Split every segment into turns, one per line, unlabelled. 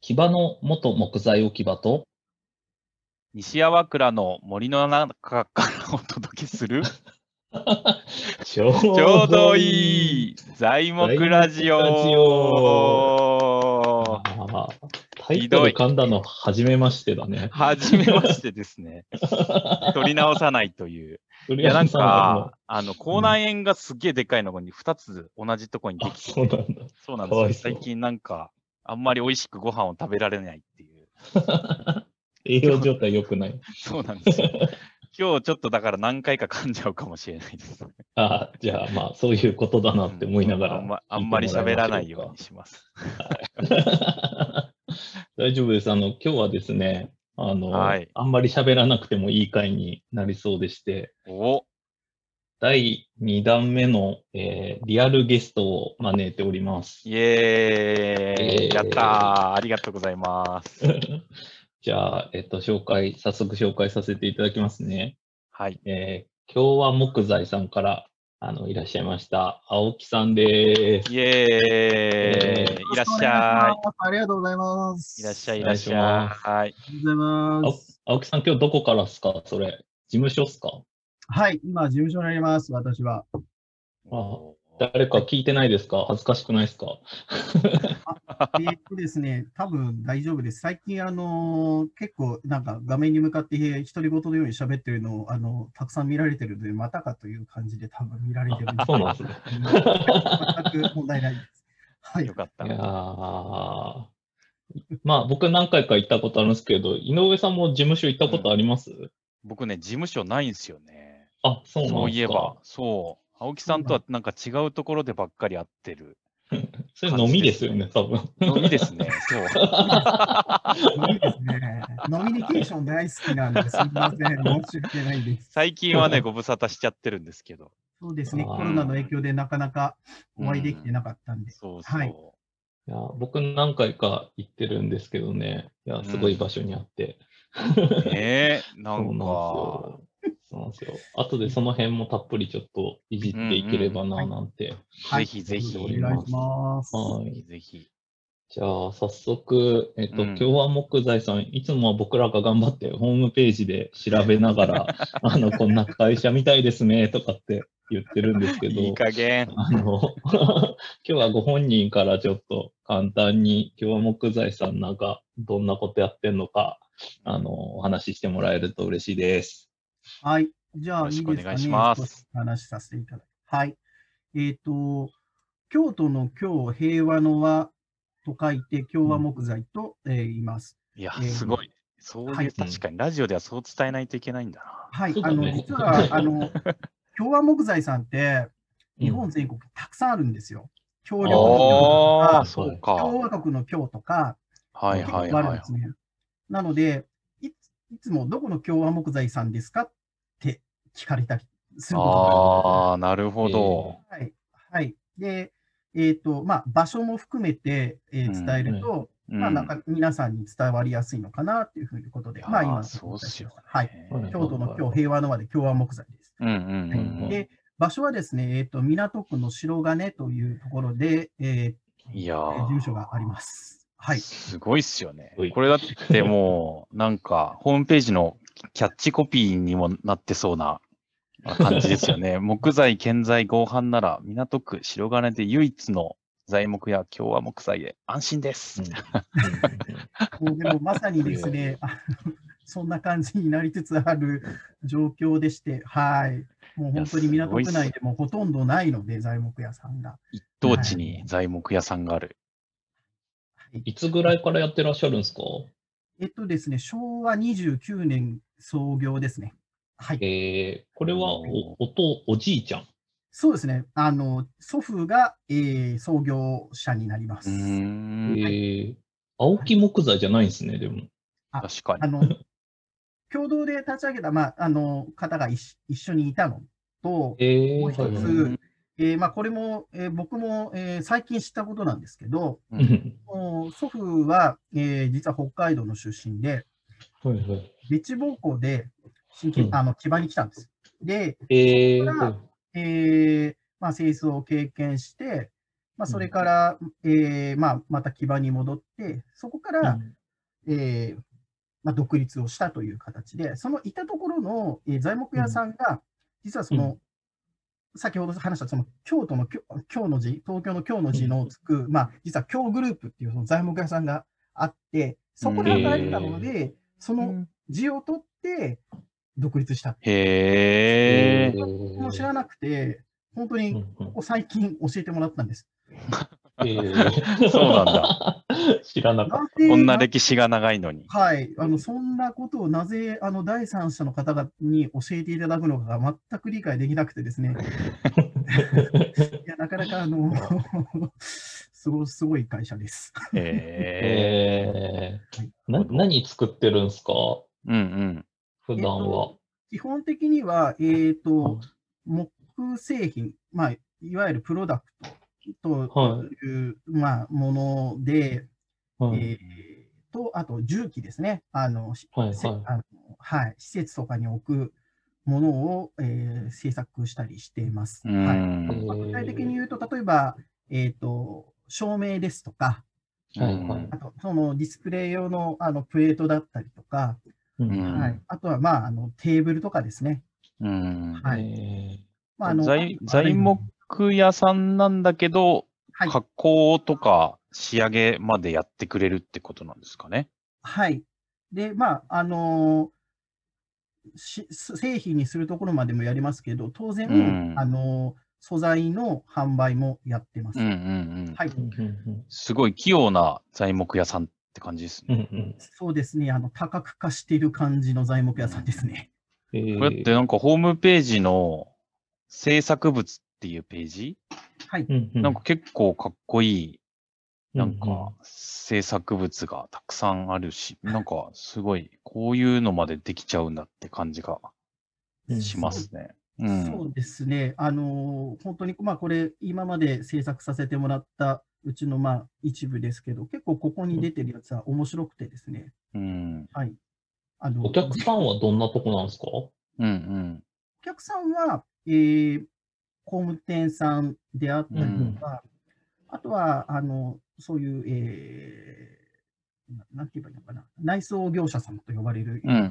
木場の元木材置き場と、
西粟倉の森の中からお届 けする
ちょう
ちょうどいい材木ラジ
材木ラジ
オ
あータイトル噛んだの初めましてだね。
はじめましてで すね。取り直さないという。いやなんか、あの、口内炎がすっげえでかいのに2つ同じとこにで
あ、
きて、
そうなん
そうなん
かわ
で
い
すよ。
そう
最近なんか、あんまり美味しくご飯を食べられないっていう。
だ。 栄養状態良くない。
そうなんです よ。今日ちょっとだから何回か噛んじゃうかもしれないです。
あーじゃあまあ、そういうことだなって思いなが
うんあん
ら。
まあんまり喋らないようにします。
大丈夫です。あの、今日はですね、あの、
はい
あんまり喋らなくてもいい回になりそうでして、
お
第2弾目の、えーリアルゲストを招いております。
イエー
イエーイ
イやったーありがとうござ います。
じゃあ、えっと、紹介、早速紹介させていただきますね。
はい。
えー今日は木材さんから、あの、いらっしゃいました、青木さんです。
イエーイいらっしゃ
い。ありがとうございます。
い。いらっしゃい、い
お
ら
願
っ
いし
しゃ
ま
い。はい。
ありがとうございま
あ
す。
青木さん、今日どこからですかそれ、事務所っすか
はい、今、事務所にあります、私は。
あ誰か聞いてないですか恥ずかしくないですか
えーっとですね、多分大丈夫です。最近、あのー結構、なんか画面に向かって独り言のように喋ってるのを、あのたくさん見られてるので、またかという感じで多分見られてるんで
あそうなんですね。
全く問題ないです。はい
よ。かっ た
い。やーまあ、僕何回か行ったことあるんですけど、井上さんも事務所行ったことあります、
僕ね、事務所ないんですよね。
あ、そうなんですか。
そういえば、そう。青木さんとはなんか違うところでばっかり会ってる。
それ飲みですよね、多分。
飲みですね。そう。
飲みですね。飲みニケーション大好きなんです。すみません。申し訳ないです。
最近はね、ご無沙汰しちゃってるんですけど。
そうですね。
あー
コロナの影響でなかなかお会いできてなかったんで。
そうそう。
はい
いや僕何回か行ってるんですけどね、いやすごい場所にあって。
ねえ、な
そうん
か。
ですよ。そうなん ですよ。後でその辺もたっぷりちょっといじっていければななんて。
ぜひぜひ
お願いします。
はい。
ぜひ。
じゃあ、早速、えっと、
うん
今日は木材さん、いつもは僕らが頑張ってホームページで調べなが ら、あの、こんな会社みたいですね、とかって言ってるんですけど、
いい加減。
あの、 今日はご本人からちょっと簡単に、今日は木材さんなんかどんなことやってんのか、あの、お話ししてもらえると嬉しいです。
はい。じゃあ、
よろしくお願い
です
し
か
ま
ね
す
少しお話しさせていただきます。はい。えっ、と、京都の京、平和の和と書いて、京和木材と、えー言います。
いや、
えー
すごい。そう
は
いう、
い
確かにラジオではそう伝えないといけないんだな。
はい。
そうだ
あの、
ね
実は、あ の、京和木材さんって、
うん
日本全国たくさんあるんですよ。京
ん
力の
ああ、
あ
そう
京
か。
共和国の京とか、
はい
結構あ
はい
るん
は
ですね。なのでいつ、いつもどこの京和木材さんですかって聞かれたりす
い。
ることがある
ああ、なるほど。
はい。はい。で、えっ、と、まあ、場所も含めて、えー
うん
伝えると、
うん
まあ、なんか皆さんに伝わりやすいのかなっていうふうなことで、
いやー
まあ、今、
そうっすよね。
はい。
はい
京都の今日平和の輪で京和木材です。
うんうんう
はい
んうん。
で、場所はですね、えっ、と、港区の白金というところで、え
いや
ー事務所
ー。
があります。はい。
すごいっすよね
うい。
これだってもう、なんか、ホームページのキャッチコピーにもなってそうな感じですよ ね。木材、建材、合板なら、港区、白金で唯一の材木や共和木材で安心です。
もうでもまさにで すね、あのそんな感じになりつつある状況でして、はい。もう本当に
いやす
港
ごいっ
区
す
内でもほとんどないので、材木屋さんが。
一等地に材木屋さんがある。
いつぐらいからやってらっしゃるんですか
えっとですね、昭和29年創業ですね。はい。
えー、これはお、おと、おじいちゃん。
そうですね。あの、祖父が、えー創業者になりま
う
す。
え
ーん。
ー、青木木材じゃないんですね、でも。
確か
あ
に。
の、 共同で立ち上げた、まあ、あの、方が一緒一緒にいたのと、
えー、
もう一つ
はいはい
うん
えーまあ、これも、えー僕も、えー最近知ったことなんですけど、
う
うんん
もう祖父は、えー実は北海道の出身で、
はいはい。
別母校で新規
うん
あの木場に来たんです。で、
えー、
そっからえーまあ、清掃を経験して、まあ、それから、えーまあ、また基盤に戻って、そこから、えーまあ、独立をしたという形で、そのいたところの、えー材木屋さんが、実はその、先ほど話したその京都の京京の字、東京の京の字のつく、まあ、実は京グループっていうその材木屋さんがあって、そこで働いてたので、その字を取って独立した。
へえ。
僕も知らなくて、本当にここ最近教えてもらったんです。
そうなんだ。
知らなかっ
なんで
こんな歴史が長いのに。
はい、あのそんなことをなぜあの第三者の方々に教えていただくのかが全く理解できなくてですね、
た。
いやなかなかあの すごすごい会社です。
へえ。
えー、な何作ってるんですか
うんうん。
普段は。
基本的には、えー、と木製品、まあ、いわゆるプロダクト
は
という、まあ、もので、
はい。
えーとあと重機ですねあの、し
はい
せ
は
あのはい、施設とかに置くものを、えー制作したりしています。
う
はい
ん。
い。
まあ具体的に言うと、例えば、えっ、と、照明ですとか、
はいはい
あと、そのディスプレイ用のあのプレートだったりとか、
うん
うん
はい、あとは、まあ、あのテーブルとかですね。
うん。
はい
え
まあ、あの
材
ある
材木屋さんなんだけど、
はい
加工とか仕上げまでやってくれるってことなんですかね。
はい。で、まあ、あのーし製品にするところまでもやりますけど、当然、
うん
あのー素材の販売もやってます。
うんうんうん。
はい
ー。うんうん
すごい器用な材木屋さんって感じです
う
ね。
んうん
そうですね、あの多角化している感じの材木屋さんですね。
えー
これってなんかホームページの制作物っていうページ、
はい。
うんう
なんか結構かっこいい、なん
うう
か制作物がたくさんあるし、なんかすごい、こういうのまでできちゃうんだって感じが
うん
しますね。う
そ
ん。
うですね、あのー本当に、まあ、これ、今まで制作させてもらったうちのまあ一部ですけど、結構ここに出てるやつは面白くてですね、
うん。
はい。あの
お客さんはどんなとこなんですか
うんうん。
お客さんは、えー、工務店さんであったりとか、あとは、あのそういう、えーななんて言えばいいのかな、内装業者さんと呼ばれる
うんうん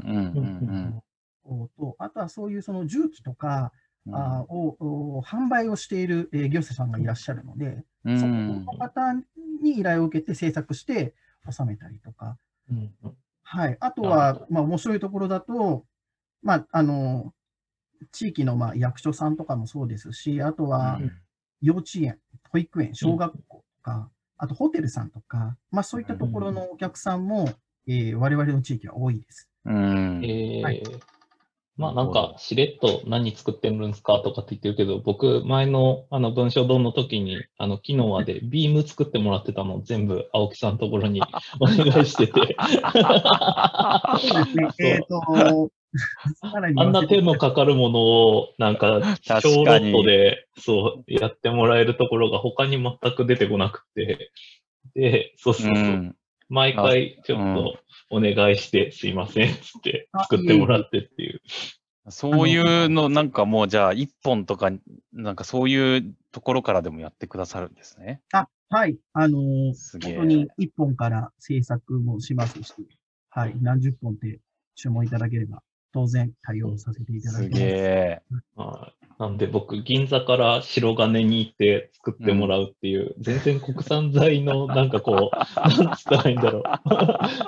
うん
方と、あとはそういうその重機とか
うん。
あーを、お販売をしている、えー業者さんがいらっしゃるので、
うん
そこの方に依頼を受けて制作して収めたりとか、
うんうん
はい、あと
なる
は
ほ、
まあ、面白いところだと、まあ、あの地域のまあ役所さんとかもそうですし、あとは
うん
幼稚園、保育園、小学校とか、あとホテルさんとか、まあ、そういったところのお客さんも、えー我々の地域は多いです。
うん。
えー
はい
まあなんか、しれっと何作ってるんですかとかって言ってるけど、僕、前のあの文章丼の時に、あの、昨日までビーム作ってもらってたの全部青木さんのところにお願いしてて、あ
そうですね、えっ、と、さらに
んな手のかかるものを、なんか、
かに
小ロットで、そう、やってもらえるところが他に全く出てこなくて、で、そうそう
う
そう。
ん。
毎回ちょっとお願いして、すいませんっつって
あ
作ってもらってっていう。
そういうの、なんかもうじゃあ、一本とか、なんかそういうところからでもやってくださるんですね。
はい、あのー
すげ
本
え
当。に1本から制作もしますし、はい、何十本って注文いただければ、当然対応させていただ
す
き
げ
ます。
え。
はいなんで僕、銀座から白金に行って作ってもらうっていう、全然国産材のなんかこう、 なんつったらいいんだろ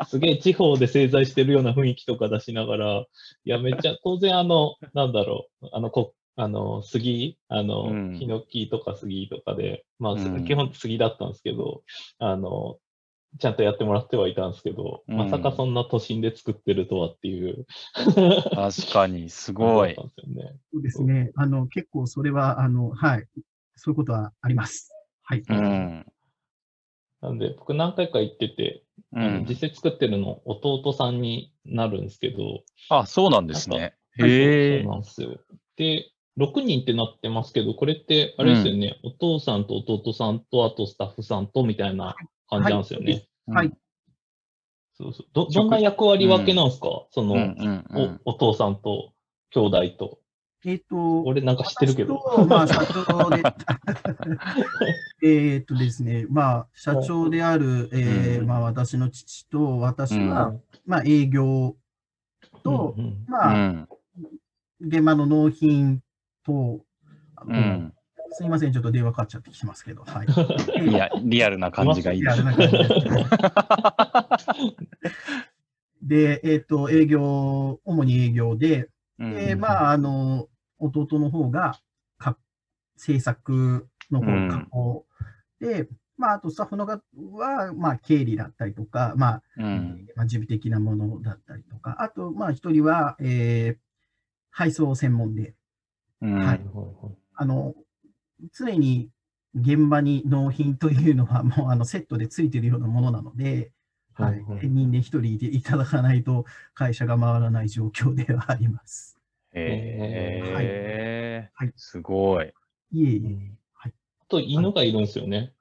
う。 すげえ地方で製材してるような雰囲気とか出しながら、いや、めっちゃ、当然あの、なんだろう、あの、こあの、杉、あの、
うん
ヒノキとか杉とかで、まあ、
うん
基本杉だったんですけど、あの、ちゃんとやってもらってはいたんですけど、
うん
まさかそんな都心で作ってるとはっていう。
確かに、すご い
感。じだったんですよね。
そうですね。あの、結構それは、あの、はい、そういうことはあります。はい。
うん。
なんで、僕何回か行ってて、
う
あの
ん
実。際作ってるの弟さんになるんですけど、
あ、そうなんですね。
そう
へえ
そう。なんですよ。で、6人ってなってますけど、これって、あれですよね、お父さんと弟さんと、あとスタッフさんとみたいな感じなんですよね。
はいはい
そうそうどどんな役割分けなんですか、そ
うん
の、
うんうん。
お、お父さんと兄弟と。
えっ、と、
俺なんか知ってるけど。
私とまあ、社長 で、えっとですね、まあ、社長である、えー
うん
まあ、私の父と、私は、
うん
まあ、営業と、
うんうん
う
まあ、
ん。
現場の納品と、あ
う
の
ん。
すみません、ちょっと電話かかっちゃってきますけど、はい。
いや、リアルな感じがいい
リ
で
ア
す
ル。な感じですねで、えっ、と、営業、主に営業で、
う
で、
ん。
まあ、あの、弟の方が、か制作の方
うん、
加工、で、まあ、あとスタッフの方は、まあ、経理だったりとか、まあ、
うん。
まあ、事務的なものだったりとか、あと、まあ、一人は、えー配送専門で、
うん
はいあの、常に現場に納品というのは、 もう、あの、セットでついてるようなものなので、は
はい
い
は、い
兼任で一人いていただかないと、会社が回らない状況ではあります。
へ
はい
ーすごい。
いえ
う
いえ。
ん
はい
あと犬がいるんですよね。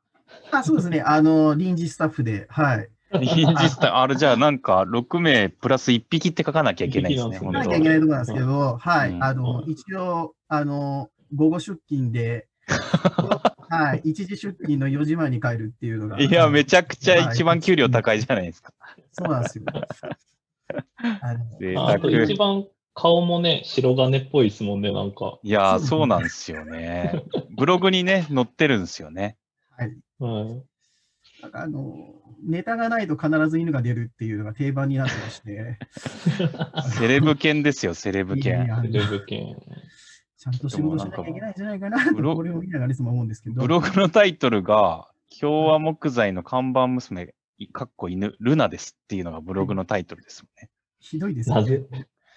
あ、そうですね。あの、臨時スタッフで、はい。
実際、あれじゃあ、なんか、6名プラス1匹って書かなきゃいけないですね、
一匹
本
な
な
き
んですよ
当
ゃ いけないところなんですけど、は
う
い。
ん
あの、
うん
一応、あの、午後出勤で、はい。一時出勤の4時前に帰るっていうのが。
いや、め
ち
ちゃくちゃ一番給料高いじゃないですか。
ゃ。そうなんですよ。あの
贅
あ
沢
あと一番顔もね、白金っぽいですもんね、なんか。
いやー、そうなんですよね。ブログにね、載ってるんですよね。
はい。
なんかあの、ネタがないと必ず犬が出るっていうのが定番になってまして。
セレブ犬ですよ、セレブ
いやい
犬。
や
セレブ犬。
ちゃんと仕事しなきゃいけないんじゃないかな
ブロ
と、これを見ながらいつも思うんですけど。
ブログのタイトルが、共和木材の看板娘、かっこ犬、ルナですっていうのがブログのタイトルですもんね。
ひどいです
な
ね。
ぜ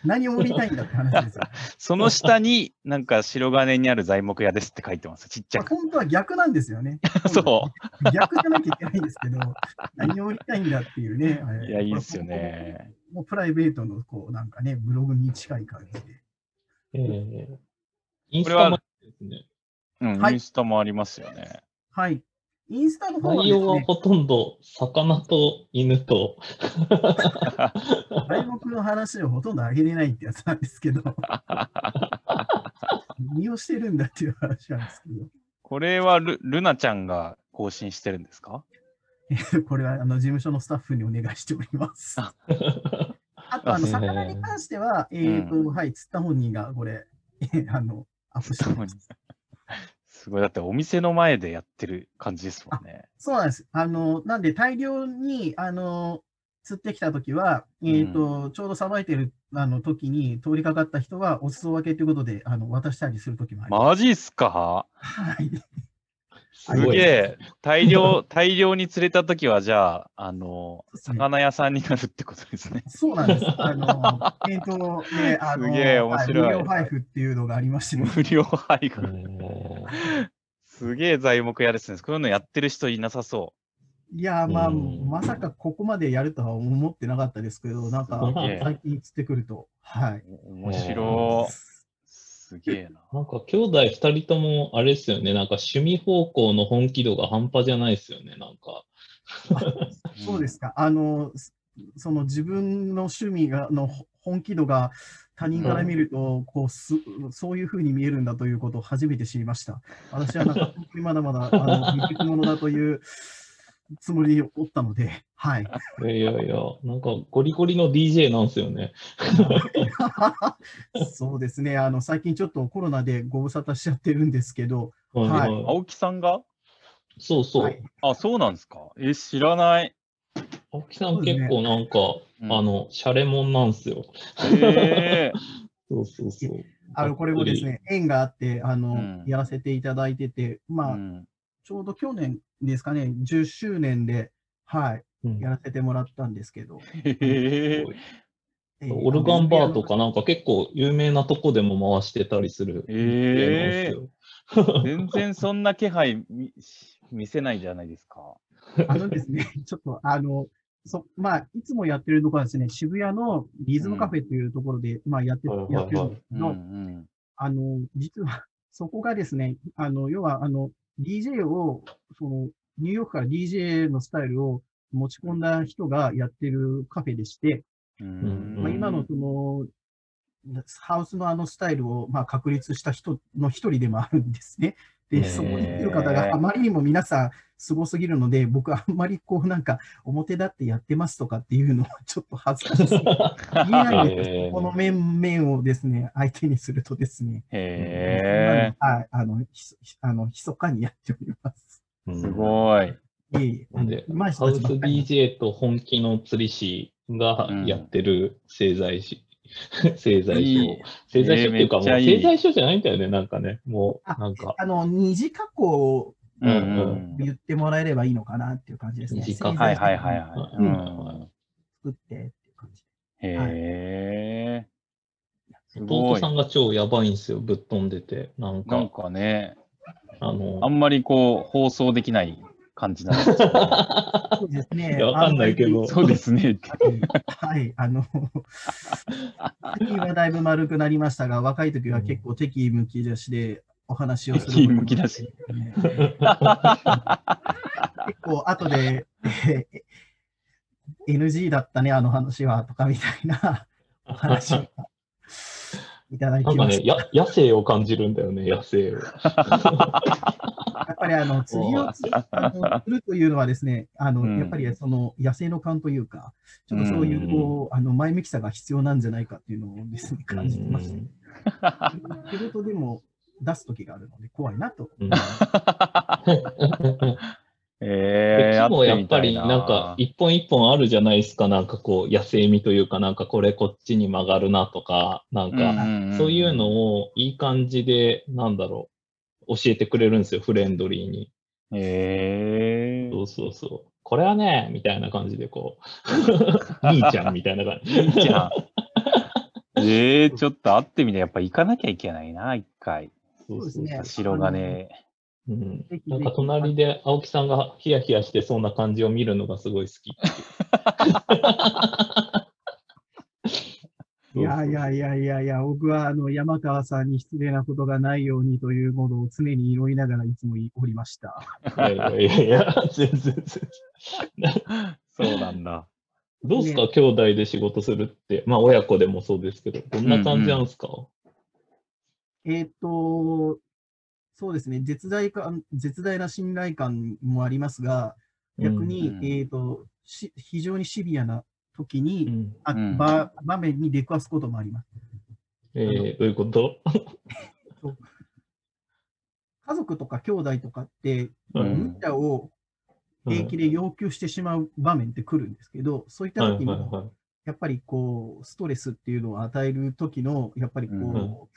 何を売りたいんだって話ですよ。
その下に、なんか白金にある材木屋ですって書いてます。ちっちゃ
まあ
く。。
本当は逆なんですよね
そ
逆じゃなきゃいけないんですけど、何を売りたいんだっていうね。あ
う。
れ
いや、いいですよ。ね。
もうプライベートの、こう、なんかね、ブログに近い感じで。
ええインス
これ
タも
は
ですね。
うん、
はい
インスタもありますよね。
はい。インスタの方は
内
です
容は
ね、
ほとんど魚と犬と、
外国の話をほとんど上げれないってやつなんですけど、何をしてるんだっていう話なんです
これはルルナちゃんが更新してるんですか
けど、 これはあの事務所のスタッフにお願いしております。
あ
あと、あの、
へー
魚に関しては、えっ、と、はい、釣った本人がこれ、 えーあの、アップしてます。
すごい。だってお店の前でやってる感じですもんね。
そうなんです。あの、なんで大量に、あの、釣ってきたときは、えっ、と、ちょうどさばいてる、あの、時に通りかかった人は、お裾分けということで、あの、渡したりするときもあります。
マジっすか
はい。
す
すげえ。大量、大量に釣れたときは、じゃあ、あの、
そうですね
魚屋さんになるってことですね。
そうなんです。あの、えっと、ね、あの、
すげえ面白い
は無料配布っていうのがありましてね。
無料配
え
布。
え
すげえ材木屋ですね。こういうのやってる人いなさそ
いやー、まあ、
うん
まさかここまでやるとは思ってなかったですけど、なんか
す
げえ、
最近釣ってくると、はい。
う。面白い。すげえな。
なんか兄弟二人とも、あれですよね、なんか趣味方向の本気度が半端じゃないですよね、なんか。
そうですか。あの、すその自分の趣味が、のほ本気度が他人から見ると、こうす、そういうふうに見えるんだということを初めて知りました。私はなんか、 本当にまだまだ、あの、未熟者だというつもりでおったので、はい。
いやいやいや、なんかゴリゴリの DJ なんですよね。
そうですね。あの、最近ちょっとコロナでご無沙汰しちゃってるんですけど、
はい
はい
はい
青木さんが
そうそう。
はい
あ、そうなんですかえ、知らない。
青木さん結構なんか、
うん
あの、シャレモンなんですよ。
へえ。
そうそうそう。
あの、これもですね、縁があって、あの、
うん
やらせていただいてて、まあ、
うん
ちょうど去年ですかね、10周年で、はい、
うん。
やらせてもらったんですけど、
へえ。
えー
オルガンバーとかなんか結構有名なとこでも回してたりする。
ええ
ー。
全然そんな気配見見せないじゃないですか。
あのですね、 ちょっと、あの、そまあ、いつもやってるところはですね、渋谷のリズムカフェというところで、まあ、やって、
はいはいはい
やってるんですけ
うん
ど、
うん
あの、実は、 そこがですね、あの、要は、あの、DJ を、その、ニューヨークから DJ のスタイルを持ち込んだ人がやってるカフェでして、
う
うんん
まあ、今のその、ハウスのあのスタイルをまあ確立した人の一人でもあるんですね。で、
ね
そこにいる方があまりにも皆さんすごすぎるので、僕あんまりこうなんか表立ってやってますとかっていうのはちょっと恥ずかしいですね。言えないん です
えー
この面面をですね、相手にするとですね、
へえ、
はい、あの、ひそひあの、密かにやっております。
うん
すごい。
いえいえ、あ
な
の
んで、
上手い
ハ
人
ウ
た
ス
ちばっかりなんで
DJ と本気の釣り師がやってる製材師。 製材
い
所
い。
製材所っていうか、も
えーめっ
う
ちゃいい
製材所じゃないんだよね、なんかね。もう、なんか、
あの、二次加工
うんうん
言ってもらえればいいのかなっていう感じですね。
二次加工
はいはいはいはいい。う
う
んん、
作ってっていう感じ。
へえ、すご
弟
い
さ。んが超やばいんですよ、ぶっ飛んでて。なんか、
なんかね、
あの
あ、んまりこう、放送できない感じなん ですけど
そうですね。
いやわかんないけど
そうです ね。
あの。はい、あの、敵はだいぶ丸くなりましたが、若い時は結構敵向き出しでお話をすることが。
敵むき出 し
ね。結構後で、えー NG だったね、あの話は、とかみたいなお話をいただ き
なんか
ま
ね
し、た。
や野生を感じるんだよね、野生を。
やっぱりあの釣りをつあのするというのはですね、あの
うん
やっぱりその野生の感というか、ちょっとそういうこうあの前向きさが必要なんじゃないかっていうのをですね感じてました。仕事でも出す時があるので怖いなと。
うん
ええ、
で木もや
会
って
み
ぱ
た
り
い
なんか一本一本あるじゃないですか、なんかこう野生味というか、なんかこれこっちに曲がるなとか、なんかそういうの
を、
をいい感じで、なんだろう、教えてくれるんですよ、フレンドリーに。
ええ
そうそうそう。これはね、みたいな感じでこう、 兄ちゃんみたいな感じ。
いいじ ゃん。ええちょっと会ってみて、やっぱ行かなきゃいけないな、一回。
そうそう
そうですね
白金。
うん
ぜひぜひ
なんか隣で青木さんがヒヤヒヤしてそうな感じを見るのがすごい好きって
い
う。
やいやいやいやいや、僕はあの山川さんに失礼なことがないようにというものを常に祈りながらいつもおりました。
いやいやいやいや、全然全然。
そうなんだ。
どうすか、
ね
兄弟で仕事するって。まあ、親子でもそうですけど、どんな感じなんですか、
えーっと、そうですね、絶大感絶大な信頼感もありますが、逆に、
うん
えーっとし非常にシビアな時
う
に、
ん、うん
あ
うん
場場面に出くわすこともあります。
えー、どういうこと、
家族とか兄弟とかって、
う
うん
ん
無茶を
うん
平気で要求してしまう場面って来るんですけど、そういった
はい
時
はい
に、
は
やっぱりこう、ストレスっていうのを与える時の、やっぱりこ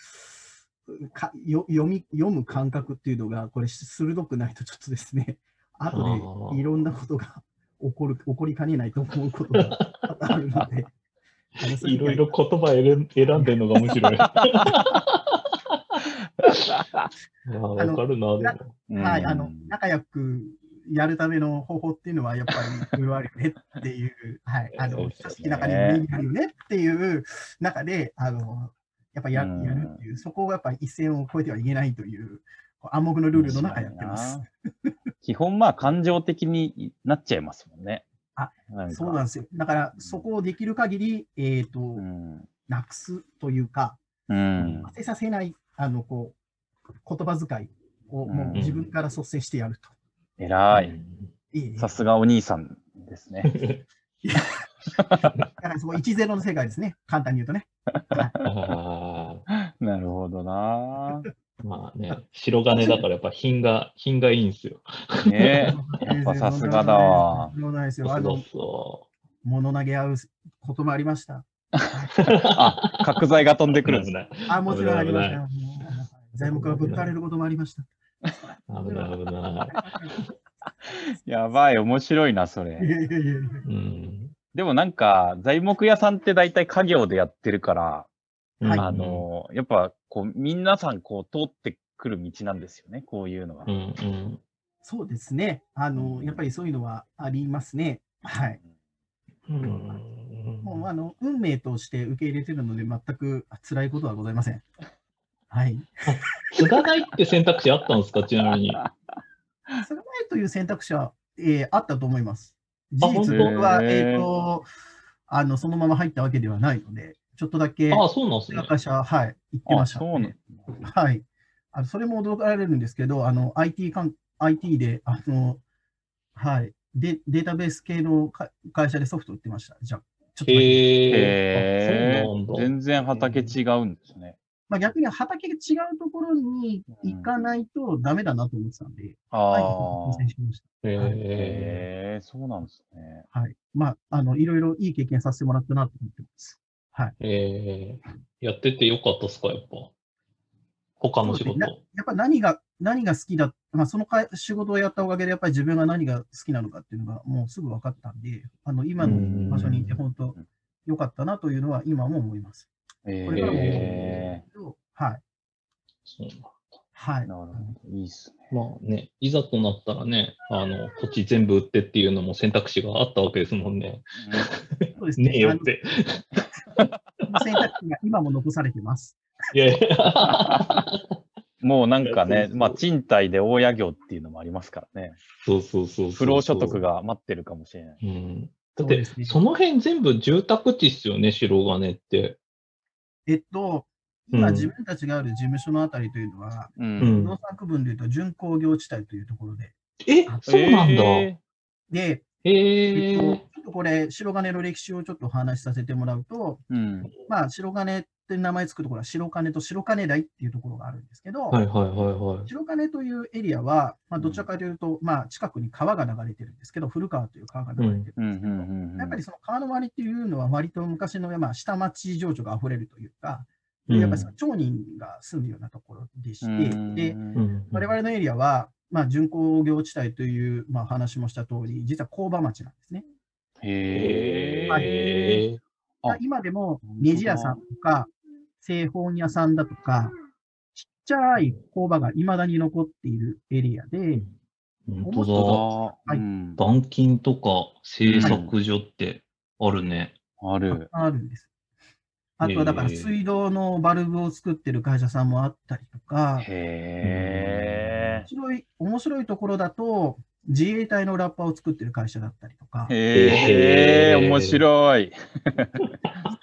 う、かよ読み読む感覚っていうのが、これ、鋭くないとちょっとですね、後
あー。
でいろんなことが起こる、起こりかねないと思うことが多々あるので
い。いろいろ言葉選ん選んでるのが面白い。いやー
あ
わ
の
かるな、でも。
はい、あの
うん、
仲良くやるための方法っていうのは、やっぱりいろいろあるよねっていう、 はい、あ
そう
の、
で
組
す
織
ね
の中にも人間あるよねっていう中で、あの、やっぱや
うん
やるっていう、そこがやっぱり一線を越えてはいけないという、こう暗黙のルールの中やってます。。
基本、まあ、感情的になっちゃいますもんね。
あ、
なんか
そうなんですよ。だから、そこをできる限り、えっ、と
う、ん。
なくすというか、
うん。
当てさせない、あの、こう、言葉遣いをもう自分から率先してやると。
偉
う
い。
ん
いいね
さすがお兄さんです ね。
だからそこ1-0の世界ですね。簡単に言うとね。
あ
なるほどな。
ーまあね、白金だからやっぱ品が、品がいいんですよ。
ねやっぱさすがだわ。
そうなんですよ。あ
そ
の
う、そ
物投げ合うこともありました。
あ、角材が飛んで
う。
くるんです
危ない。
あ、もちろんありまし
危
たよ。もう材木がぶっかれることもありました。
危ない危ない。
やばい、面白いな、そ
い
れ。
やいやいや
うん。
でもなんか、材木屋さんって大体家業でやってるから、
はい
あ、の、やっぱ、こう、皆さん、こう、通ってくる道なんですよね、こういうのは
う。んうん。
そうですね。あの、やっぱりそういうのはありますね。はい。
うん
もう、あの、運命として受け入れてるので、全く辛いことはございません。はい。
継がないって選択肢あったんですか、ちなみに。
それ前という選択肢は、えーあったと思います。
あ
事実、
本当
僕は、
へー
えっ、と、あの、そのまま入ったわけではないので、ちょっとだけ、
ああ、そうなんですね。
会社、はい、行ってました、
そうなん
はい。あのそれも驚かれるんですけど、あの、IT 関、IT で、あの、はい、でデータベース系のか会社でソフト売ってました。じゃあ、ちょっとだけ。
へ
へ
え。あそうなんだ
ー。全然畑違うんですね。
まあ、逆に畑が違うところに行かないとダメだなと思ってたんで、
あ
はい、
あ
挑。戦しまし
へえ。
へえ、そうなんですね。
た。はい。まあ、あの、いろいろいい経験させてもらったなと思ってます。
ええやっててよかったっすか、やっぱ。他の仕
そう
事。
ですやっぱ何が、何が好きだ、まあ、そのか仕事をやったおかげで、やっぱり自分が何が好きなのかっていうのが、もうすぐ分かったんで、あの、今の場所にいて、
うん
本当、良かったなというのは、今も思います。これからも思うんで
え
すけど、はい。
そうなんだ
は
え。
い。
なるほど。いいっすね。
まあね、いざとなったらね、あの、土地全部売ってっていうのも選択肢があったわけですもんね。
そうです
ねえ
ね。
よ
あ
っ
の
て。
選択肢が今も残されてます。
いやいや。
もうなんか
そうそう
ね
そ、う
まあ、賃貸で大家業っていうのもありますからね。
そうそうそうそう。
不労所得。が待ってるかもしれない。
うん。だっ
そう
て、
ですね
その辺全部住宅地っすよね、白金って。
えっと、
う
今
ん
自分たちがある事務所のあたりというのは、
う。
うんん
農。産区分でいうと、準工業地帯というところで、
え、そうなんだ。
え
で、
え
え
え
っと、ちょっとこれ、白金の歴史をちょっとお話しさせてもらうと、
ーうん。
まあ、白金って名前つくところは白金と白金台っていうところがあるんですけど、
はいはいはいはい。
白金というエリアは、まあ、どちらかというと、まあ、近くに川が流れてるんですけど、古川という川が流れてる
うんん。う
ですけど、
ん。うん
やっぱりその川の周りっていうのは、割と昔の、まあ、下町情緒が溢れるというか、やっぱりその町人が住むようなところでして、
うん
で、
うん、うん
我々のエリアは、まあ、巡工業地帯という、まあ、話もした通り、実は工場町なんですね。
へ
はい
え。
え
あ
今でもネジ屋さんとか、製本屋さんだとか、ちっちゃい工場が未だに残っているエリアで、
ー。
本
本
当だ
当
ああ、
はい
うん
だ。板金とか製作所ってあるね。
ある。
あるんです。あとはだから
へえ
水道のバルブを作ってる会社さんもあったりとか、
へ
面白い、面白いところだと、自衛隊のラッパを作ってる会社だったりとか
え。、へえ、面白い。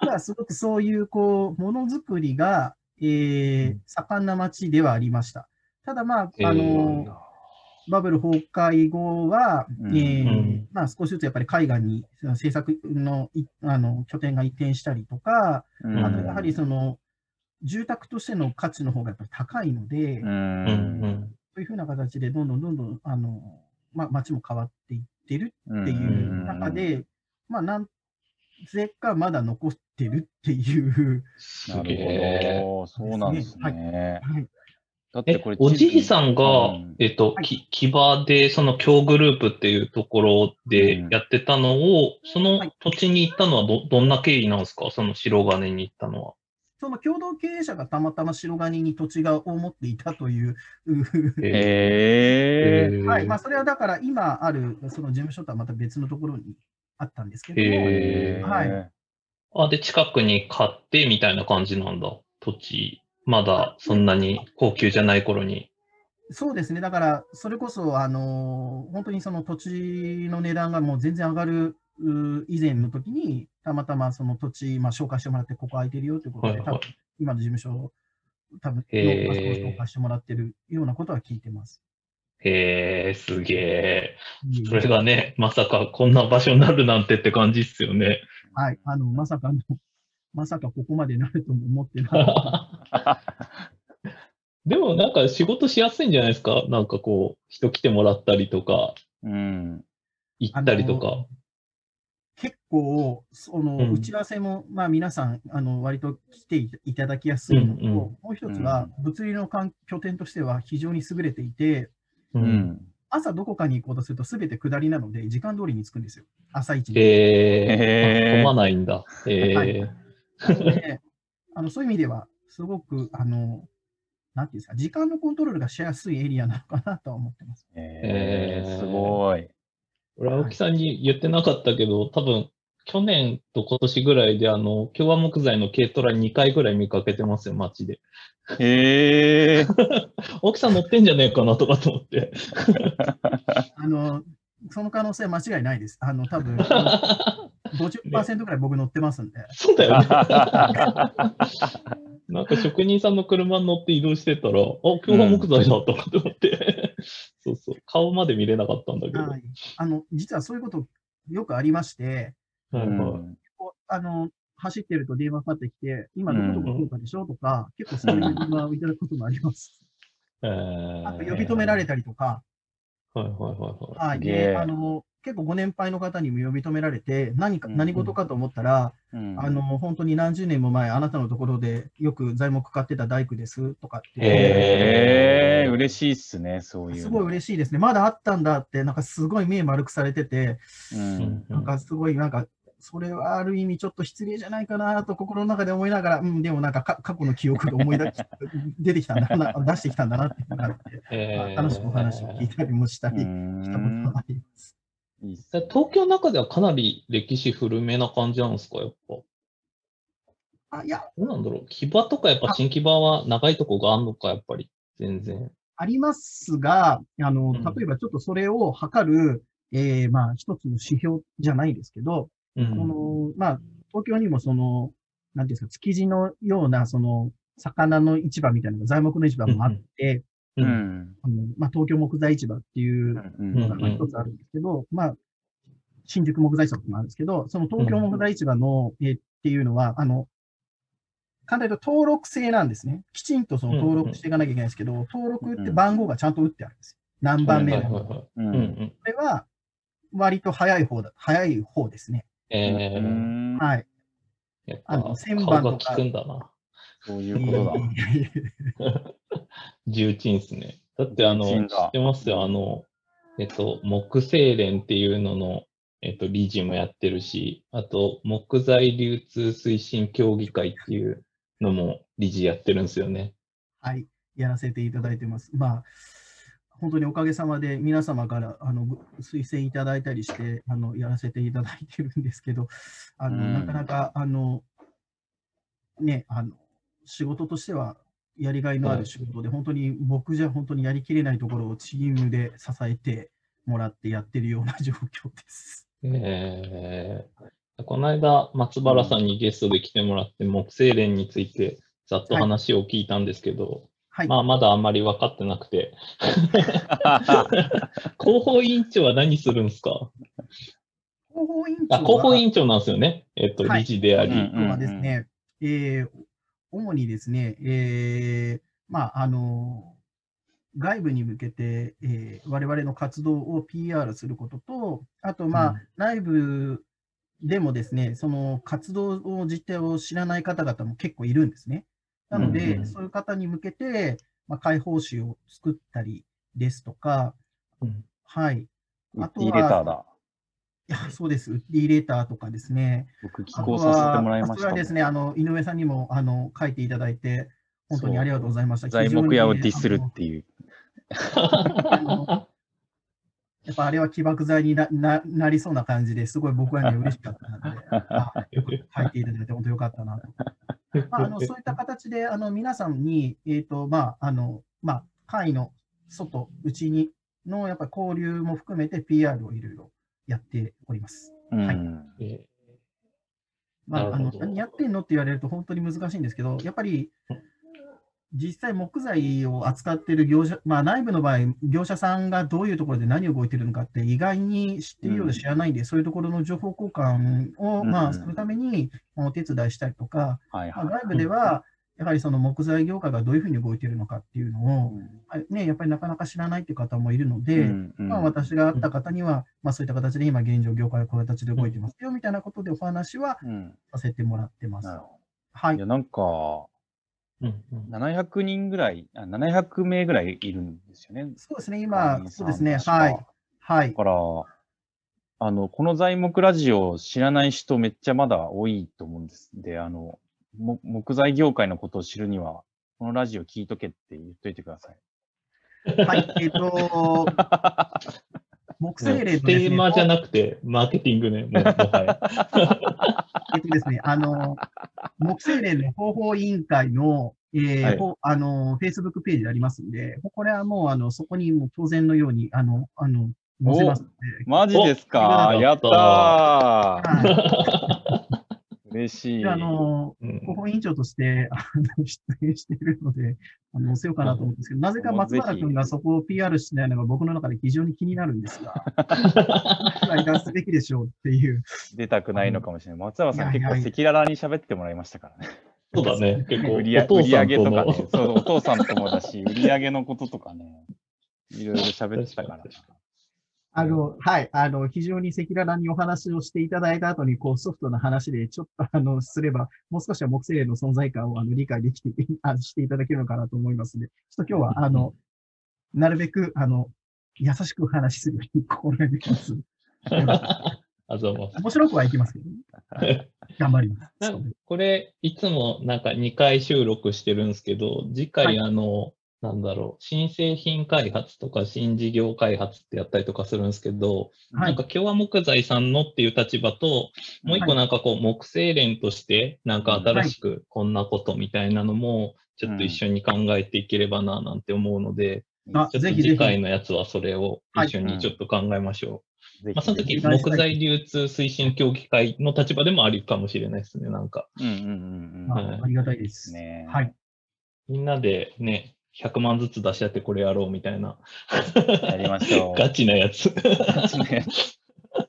実はすごくそういう、こう、ものづくりが、えー
うん
盛んな町ではありました。ただまあ、あ
へ
の
え、
バブル崩壊後は、
うん
えー
うん
まあ、少しずつやっぱり海外にその制作のいあの拠点が移転したりとか、
うん
あとやはりその住宅としての価値の方がやっぱり高いので、
う
うんん
そういうふうな形でどんどんどんどんあの、まあ、街も変わっていってる
うん
っていう中で、まあ、なんぜかまだ残ってるっていう、
す
な
げ
る
え。
ほど。そうなんです
はい
ね。
はい
だって
え
これ、
おじいさんが、
うん
えっと、き木場で、その京グループっていうところでやってたのを、その土地に行ったのはど、どんな経緯なんですかその白金に行ったのは。
その共同経営者がたまたま白金に土地がを持っていたという、
へえ。
はいまあ、それはだから今あるその事務所とはまた別のところにあったんですけども、
へえ
はい
あ、で、近くに買ってみたいな感じなんだ。土地。まだそんなに高級じゃない頃に。
そうですね、だからそれこそ、あの本当にその土地の値段がもう全然上がるう以前の時に、たまたまその土地、まあ、紹介してもらって、ここ空いてるよということ
はい
で、多
はい
分。今の事務所を多分
へー
の場所を紹介してもらってるようなことは聞いてます。
へえ、すげえ。
いえいえ
それがね、まさかこんな場所になるなんてって感じっすよ ね。
はい、あのまさかの、まさかここまでなるとも思ってなかった。
でもなんか仕事しやすいんじゃないですかなんかこう、人来てもらったりとか、
うん。
行ったりとか。
結構、その、
うん
打ち合わせも、まあ皆さん、あの、割と来ていいただきやすいのと、
うんうん
もう一つは、物理の環拠点としては非常に優れていて、
う。
うんん。
朝どこかに行こうとすると、すべて下りなので、時間通りに着くんですよ。朝一に。
へえ。
へー
混まないんだ。へ
は
え
い。なのであのそういう意味では、すごく、あの、なんていうんですか、時間のコントロールがしやすいエリアなのかなとは思ってます。
へ
へ
え、
え
すごい。
俺、青木さんに言ってなかったけど、多分、去年と今年ぐらいで、あの、共和木材の軽トラ2回ぐらい見かけてますよ、街で。
へえ。
青木さん乗ってんじゃねえかなとかと思って。
あの、その可能性は間違いないです。あの、多分、 50%ぐらい僕乗ってますんで。
そうだ よね。なんか職人さんの車に乗って移動してたら、あ、今日は木材だとかって思って、そうそう、顔まで見れなかったんだけど。
はい。あの、実はそういうことよくありまして、
は
う
いはい
ん
こうあの、走ってると電話かかってきて、今どこどこどうかでしょとか、結構そういう電話をいただくこともあります。
え
あと
ー
呼び止められたりとか、
はいはいはいは
はい。
すげえ
で、あの、結構ご年配の方にも呼び止められて、何か、
うん
何事かと思ったら、
うん
あの、本当に何十年も前、あなたのところでよく材木買ってた大工ですとかって。
へえ、嬉しいっすね、そういうの。
すごい嬉しいですね。まだあったんだって、なんかすごい目丸くされてて、
う
い。
ん。
う
なんかすごいなんか、それはある意味ちょっと失礼じゃないかなと心の中で思いながら、うん、でもなんかか過去の記憶が思い出し出てきたんだな、出してきたんだなっていうのがあって、まあ
えー
楽しくお話を聞いたりもし たりしたこともありま
うん
す。
いいっすね
東京の中ではかなり歴史古めな感じなんですか、やっぱ。ど
あいや、
うなんだろう。木場とかやっぱ新木場は長いとこがあんのか、やっぱり。全然。
ありますが、あの、
うん
例えばちょっとそれを測る、えーまあ、一つの指標じゃないですけど、
う
こ
ん。
の、まあ、東京にもその、なんていうんですか、築地のような、その、魚の市場みたいなのが、材木の市場もあって、
う。
うんん。
あのまあ、東京木材市場っていう
う
の
ん。
が一つあるんですけど、まあ、新宿木材市場もあるんですけど、その東京木材市場の、えーっていうのは、あの、簡単に言うと登録制なんですね。きちんとその登録していかなきゃいけないんですけど、登録って番号がちゃんと打ってあるんですよ。何番目
は
の
いはいはい。
うん。
うん
う
うんん。
これは、割と早い方だ、早い方ですね。
えー、
うん
はい。
やっ
あの
ぱ
千
顔
番
が
と
効
か
くんだな。
そういうことだ。
重鎮ですね。だってあの、知
重鎮だ
ってますよ、あの、えっと、木製連っていうのの、えっと、理事もやってるし、あと、木材流通推進協議会っていうのも理事やってるんですよね。
はい、やらせていただいてます。まあ、本当におかげさまで皆様からあのご推薦いただいたりしてあの、やらせていただいてるんですけど、あの
うん
なかなかあの、ね、あの仕事としてはやりがいのある仕事で、本当に僕じゃ本当にやりきれないところをチームで支えてもらってやってるような状況です。
えー、この間、松原さんにゲストで来てもらって、木製連についてざっと話を聞いたんですけど、
はい、
まあ、まだあんまり分かってなくて、広 報委員長は何するんですか
広報委員長
あ
は
広報委員長なんですよね。えっと、
はい
理事であり。
うん
僕はですね、えー主にですね、えーまあ、あの、外部に向けて、えー我々の活動を PR することと、あと、まあ、
うん
内部でもですね、その活動を実態を知らない方々も結構いるんですね。なので、
うん
そういう方に向けて、まあ、開放誌を作ったりですとか、
うん
はい。
ウッディレターだ。
いやそうです。ウッディレーターとかですね。
僕、寄
あ
稿
と
さ
は
せてもらいまし
それ
た
は
も
です
ん。
ね、あの井上さんにもあの書いていただいて、本当にありがとうございました。
材
非常に
木
ね
屋をディスるっ。ていう。
あのあのやっぱあれは起爆剤になななりそうな感じですごい僕はね、嬉しかった ので、あよく書いていただいて本当よかったなと。まあ、あのそういった形で、あの皆さんに、えーとまああのまあ、会の外、うちにのやっぱ交流も含めて PR をいろいろやっております。
うん
はい
え
まあ、
なる
あ
ほ
の
ど
何やってんのって言われると本当に難しいんですけど、やっぱり実際木材を扱っている業者、まあ、内部の場合、業者さんがどういうところで何を動いてるのかって意外に知っているようで知らないんで、そういうところの情報交換を、
うん
まあ、するためにまあお手伝いしたりとか、
はい
まあ
は
外部ではやはりその木材業界がどういうふうに動いているのかっていうのを、あね、やっぱりなかなか知らないっていう方もいるの
い。
で、
うんうん
まあ、私が会った方には、まあ、そういった形で今現状業界はこういう形で動いてますよみたいなことでお話は
うん
させてもらってます
な。るほ
は
どい
い
や、。なんか、
ーうんうん
700人ぐらい、あ700名ぐらいいるんですよね。
そうですね、
会員
今、
さ
そ
ん
うですね、
確か
はい。はい
だ。から、あの、この材木ラジオ知らない人めっちゃまだ多いと思うんです。で、あの、も木材業界のことを知るには、このラジオ聞いとけって言っといてください。
はい、えっ、と、 木星例のです、ね、
テーマじゃなくて、マーケティングね。もうもは
えっとですね、あの、木星連の広報委員会の、えー
はい
ほあの、Facebook ページでありますんで、これはもう、あの、そこにもう当然のように、あの、あの、載せますの
マジですか
お
やったー
で。はい
嬉しい。
で、あの、
うん
広報委員長としてあの出演しているので、あの、載せようかなと思うんですけど、なぜか松原君がそこを PR しないのが僕の中で非常に気になるんです が、来出すべきでしょうっていう。
出たくないのかもしれない。松山さん
いやい
結構赤
や
裸々に喋ってもらいましたからね。
そうだね。結構、
売り上
お
売
父
り
さ
上
ん
げ
と
とか
の
ね。そう、お父さんともだし、売り上げのこととかね。いろいろ喋ってたから。
確かに確
あの、はい、あの、非常に赤裸々にお話をしていただいた後に、こう、ソフトな話で、ちょっと、あの、すれば、もう少しは木星の存在感を、あの、理解できて、あしていただけるのかなと思いますので、ちょっと今日は、あの、なるべく、あの、優しくお話しするように心がけます。
あざます。
面白くはいきますけどね。 はい頑張ります。
なんかこれ、いつもなんか2回収録してるんですけど、次
は
回
い
あの、なんだろう、新製品開発とか新事業開発ってやったりとかするんですけど、
は
なん
い
か。今日は木材さんのっていう立場と、もう一個なんかこう、木製連として、なんか新しくこんなことみたいなのも、ちょっと一緒に考えていければななんて思うので、
あ
ちょっ
ぜ
と
ひぜ
次
ひ。
回のやつはそれを一緒
は
に
い
ちょっと考えましょ
ぜ
う。まあ、その
ひぜ
時、
ひ
お願いしたい
木材流通推進協議会の立場でもありかもしれないですね、なんか。
うんうんうんうん。
はい
あありがたいです。
ねえ
はい。
みんなでね、100万ずつ出し合ってこれやろうみたいな。
やりましょ う。
ガチなやつ。
ね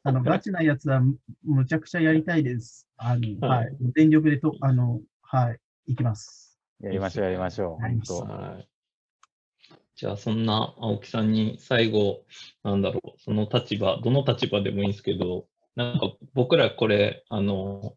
あの、ガチなやつは、むむちゃくちゃやりたいです。あの、
は
はいい。全力でと、あの、はい。いきます。
やりましょう、やりましょう。
やりましょ
本
はいじゃあ、そんな青木さんに最後、なんだろう、その立場、どの立場でもいいんですけど、なんか僕らこれ、あの、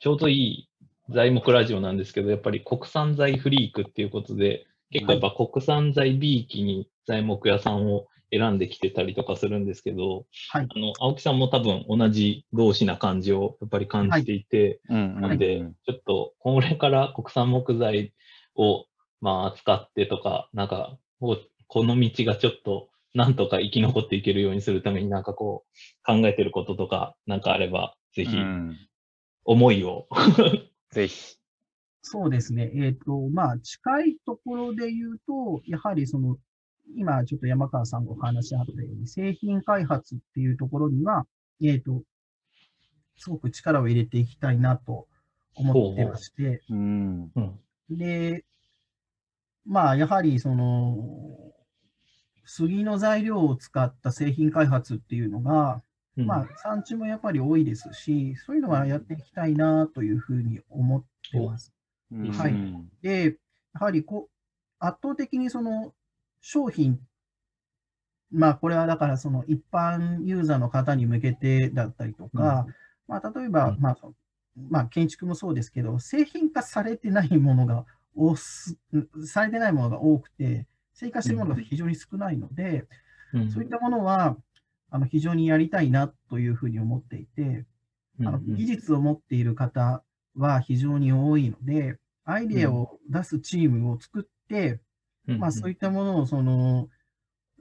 ちょうどいい材木ラジオなんですけど、やっぱり国産材フリークっていうことで、結構やっぱ国産材 B 期に材木屋さんを選んできてたりとかするんですけど、
はい
あの青木さんも多分同じ同士な感じをやっぱり感じていて、
当うんうん
な
うんん。
で、ちょっと、これから国産木材を、まあ、扱ってとか、なんか、こうこの道がちょっと、なんとか生き残っていけるようにするために、なんかこう、考えてることとか、なんかあれば、ぜひ
う、ん
思いを。
ぜひ。
そうですね。えっ、と、まあ、近いところで言うと、やはりその、今ちょっと山川さんがお話あったように、製品開発っていうところには、えっ、と、すごく力を入れていきたいなと思ってまして、
うん。
うん。
で、まあ、やはりその、杉の材料を使った製品開発っていうのが、
うん
まあ、産地もやっぱり多いですし、そういうのはやっていきたいなというふうに思ってます。
うん
はいで、やはりこう圧倒的にその商品、まあこれはだからその一般ユーザーの方に向けてだったりとか、まあ例えば
う、ん
まあその、まあ建築もそうですけど、製品化されてないものが多す、されてないものが多くて、成果しているものが非常に少ないので、
うん
そういったものはあの非常にやりたいなというふうに思っていて、あの
うんうん
技術を持っている方は非常に多いので、アイデアを出すチームを作って、
うん
まあ、そういったものをその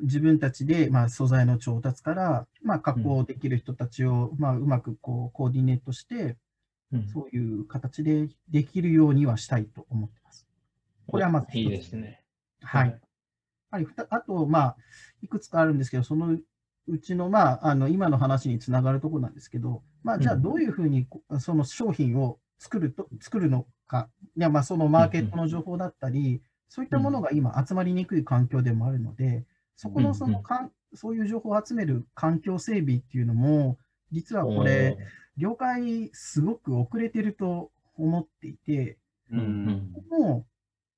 自分たちで、まあ、素材の調達から、まあ、加工できる人たちを、まあ、うまくこうコーディネートして、
うん
そういう形でできるようにはしたいと思ってます。これはまず一つ
いいですね。
はい。やはりふたあと、まあ、いくつかあるんですけど、そのうちの、まあ、あの今の話につながるところなんですけど、まあ、じゃあ、
うん
どういうふうにこその商品を作ると作るのか、いやまあそのマーケットの情報だったり、そういったものが今、集まりにくい環境でもあるので、そこ
うん
のそのかんそういう情報を集める環境整備っていうのも、実はこれ、業界、すごく遅れてると思っていて、
うんうん
ここも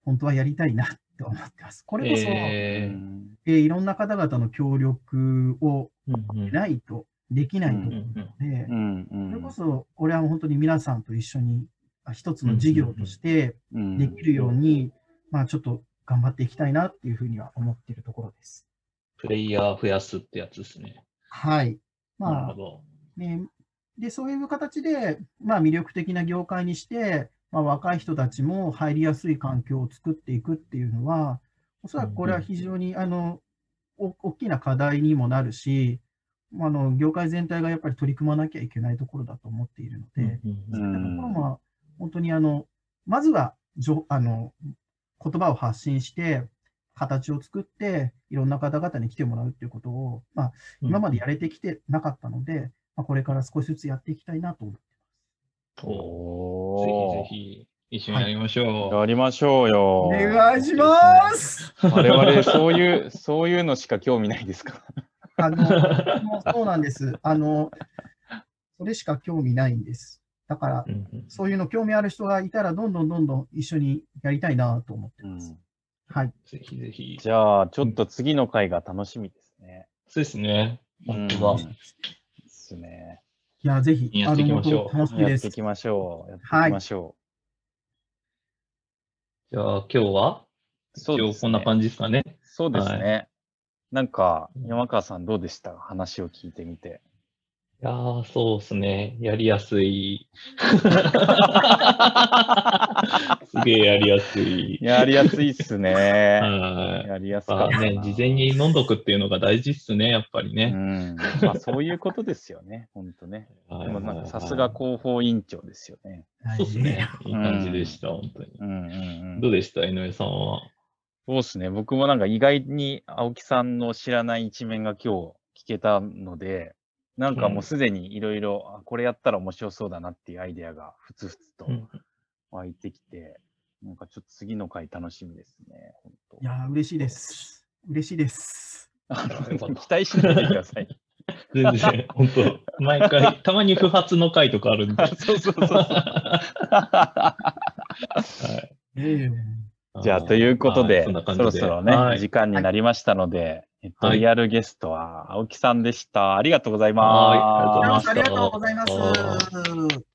本当はやりたいなって思ってます。これこそ、
えー
えーいろんな方々の協力を
うんうん
ないとできないと
う
うん
思う
うん
ので
う、んう
それ
ん
こそ、俺はもう本当に皆さんと一緒に、あ一つの事業として
うん
できるように、まあちょっと頑張っていきたいなっていうふうには思っているところです。
プレイヤー増やすってやつですね。
はい。
な
ま
る
あ
ほ、ど。
ね、で、そういう形で、まあ魅力的な業界にして、まあ若い人たちも入りやすい環境を作っていくっていうのは、おそらくこれは非常に、あの、お大きな課題にもなるし、まああの、業界全体がやっぱり取り組まなきゃいけないところだと思っているので、
うん
そういったところも、本当にあの、まずは、じょあの、言葉を発信して、形を作って、いろんな方々に来てもらうっていうことを、まあ、今までやれてきてなかったので、まあ、これから少しずつやっていきたいなと思って
お
お
ぜひぜひ、一緒にやりましょう。
やりましょうよ。
お願いします
我々、そういう、そういうのしか興味ないですか
あの、 もうそうなんです。あの、それしか興味ないんです。だから、
うんうん
そういうの興味ある人がいたら、どんどんどんどん一緒にやりたいなと思って
ら。
ます。はい。
ぜひぜひ。
じゃあ、ちょっと次の回が楽しみですね。
そうですね。本当だ
うんですね。
いや、ぜひ、
やっていきましょう
あの楽しみ
や
で
って
す
い。きましょう。やっていきましょ
じゃあ今日は
う。
今日こんな
じ。
感じですかね。
そうです
はい
ね。なんか、山川さんどうでした話を聞いてみて。
いやー、そうですね。やりやす い。すげえやりやすい。
やりやすいっすね。
はい。
やりやす
や
か
っ
っ
ぱ
たな。
ね、事前に飲んどくっていうのが大事っすね、やっぱり
う
ね。
ん。まあ、そういうことですよね。本当ね。
は
で
い
もなんか、さすが広報委員長ですよね。
は
そうです
い
ね。いい感じでした、本当に。
うんうんう
ど
ん。
うでした、井上さんは。
そうですね。僕もなんか意外に青木さんの知らない一面が今日聞けたので、なんかもうすでにいろいろ、あこれやったら面白そうだなっていうアイデアがふつふつと
うん
湧いてきて、なんかちょっと次の回楽しみですね。本当
いや、嬉しいです。嬉しいです。
あ
よかっ
の
た
期待しないでく ださい。
全然、本当毎 回、たまに不発の回とかあるんで。
そうそうそ うそう。
ええ
じゃあ、ということで、
はいんな感
そ
じで
ろそろね、
はい
時間になりましたので、えっと、
はい
リアルゲストは青木さんでした。ありがとうござ
は
い
いあ
ま
りがとうござい
す
ま
どう
す。
もありがとうございます。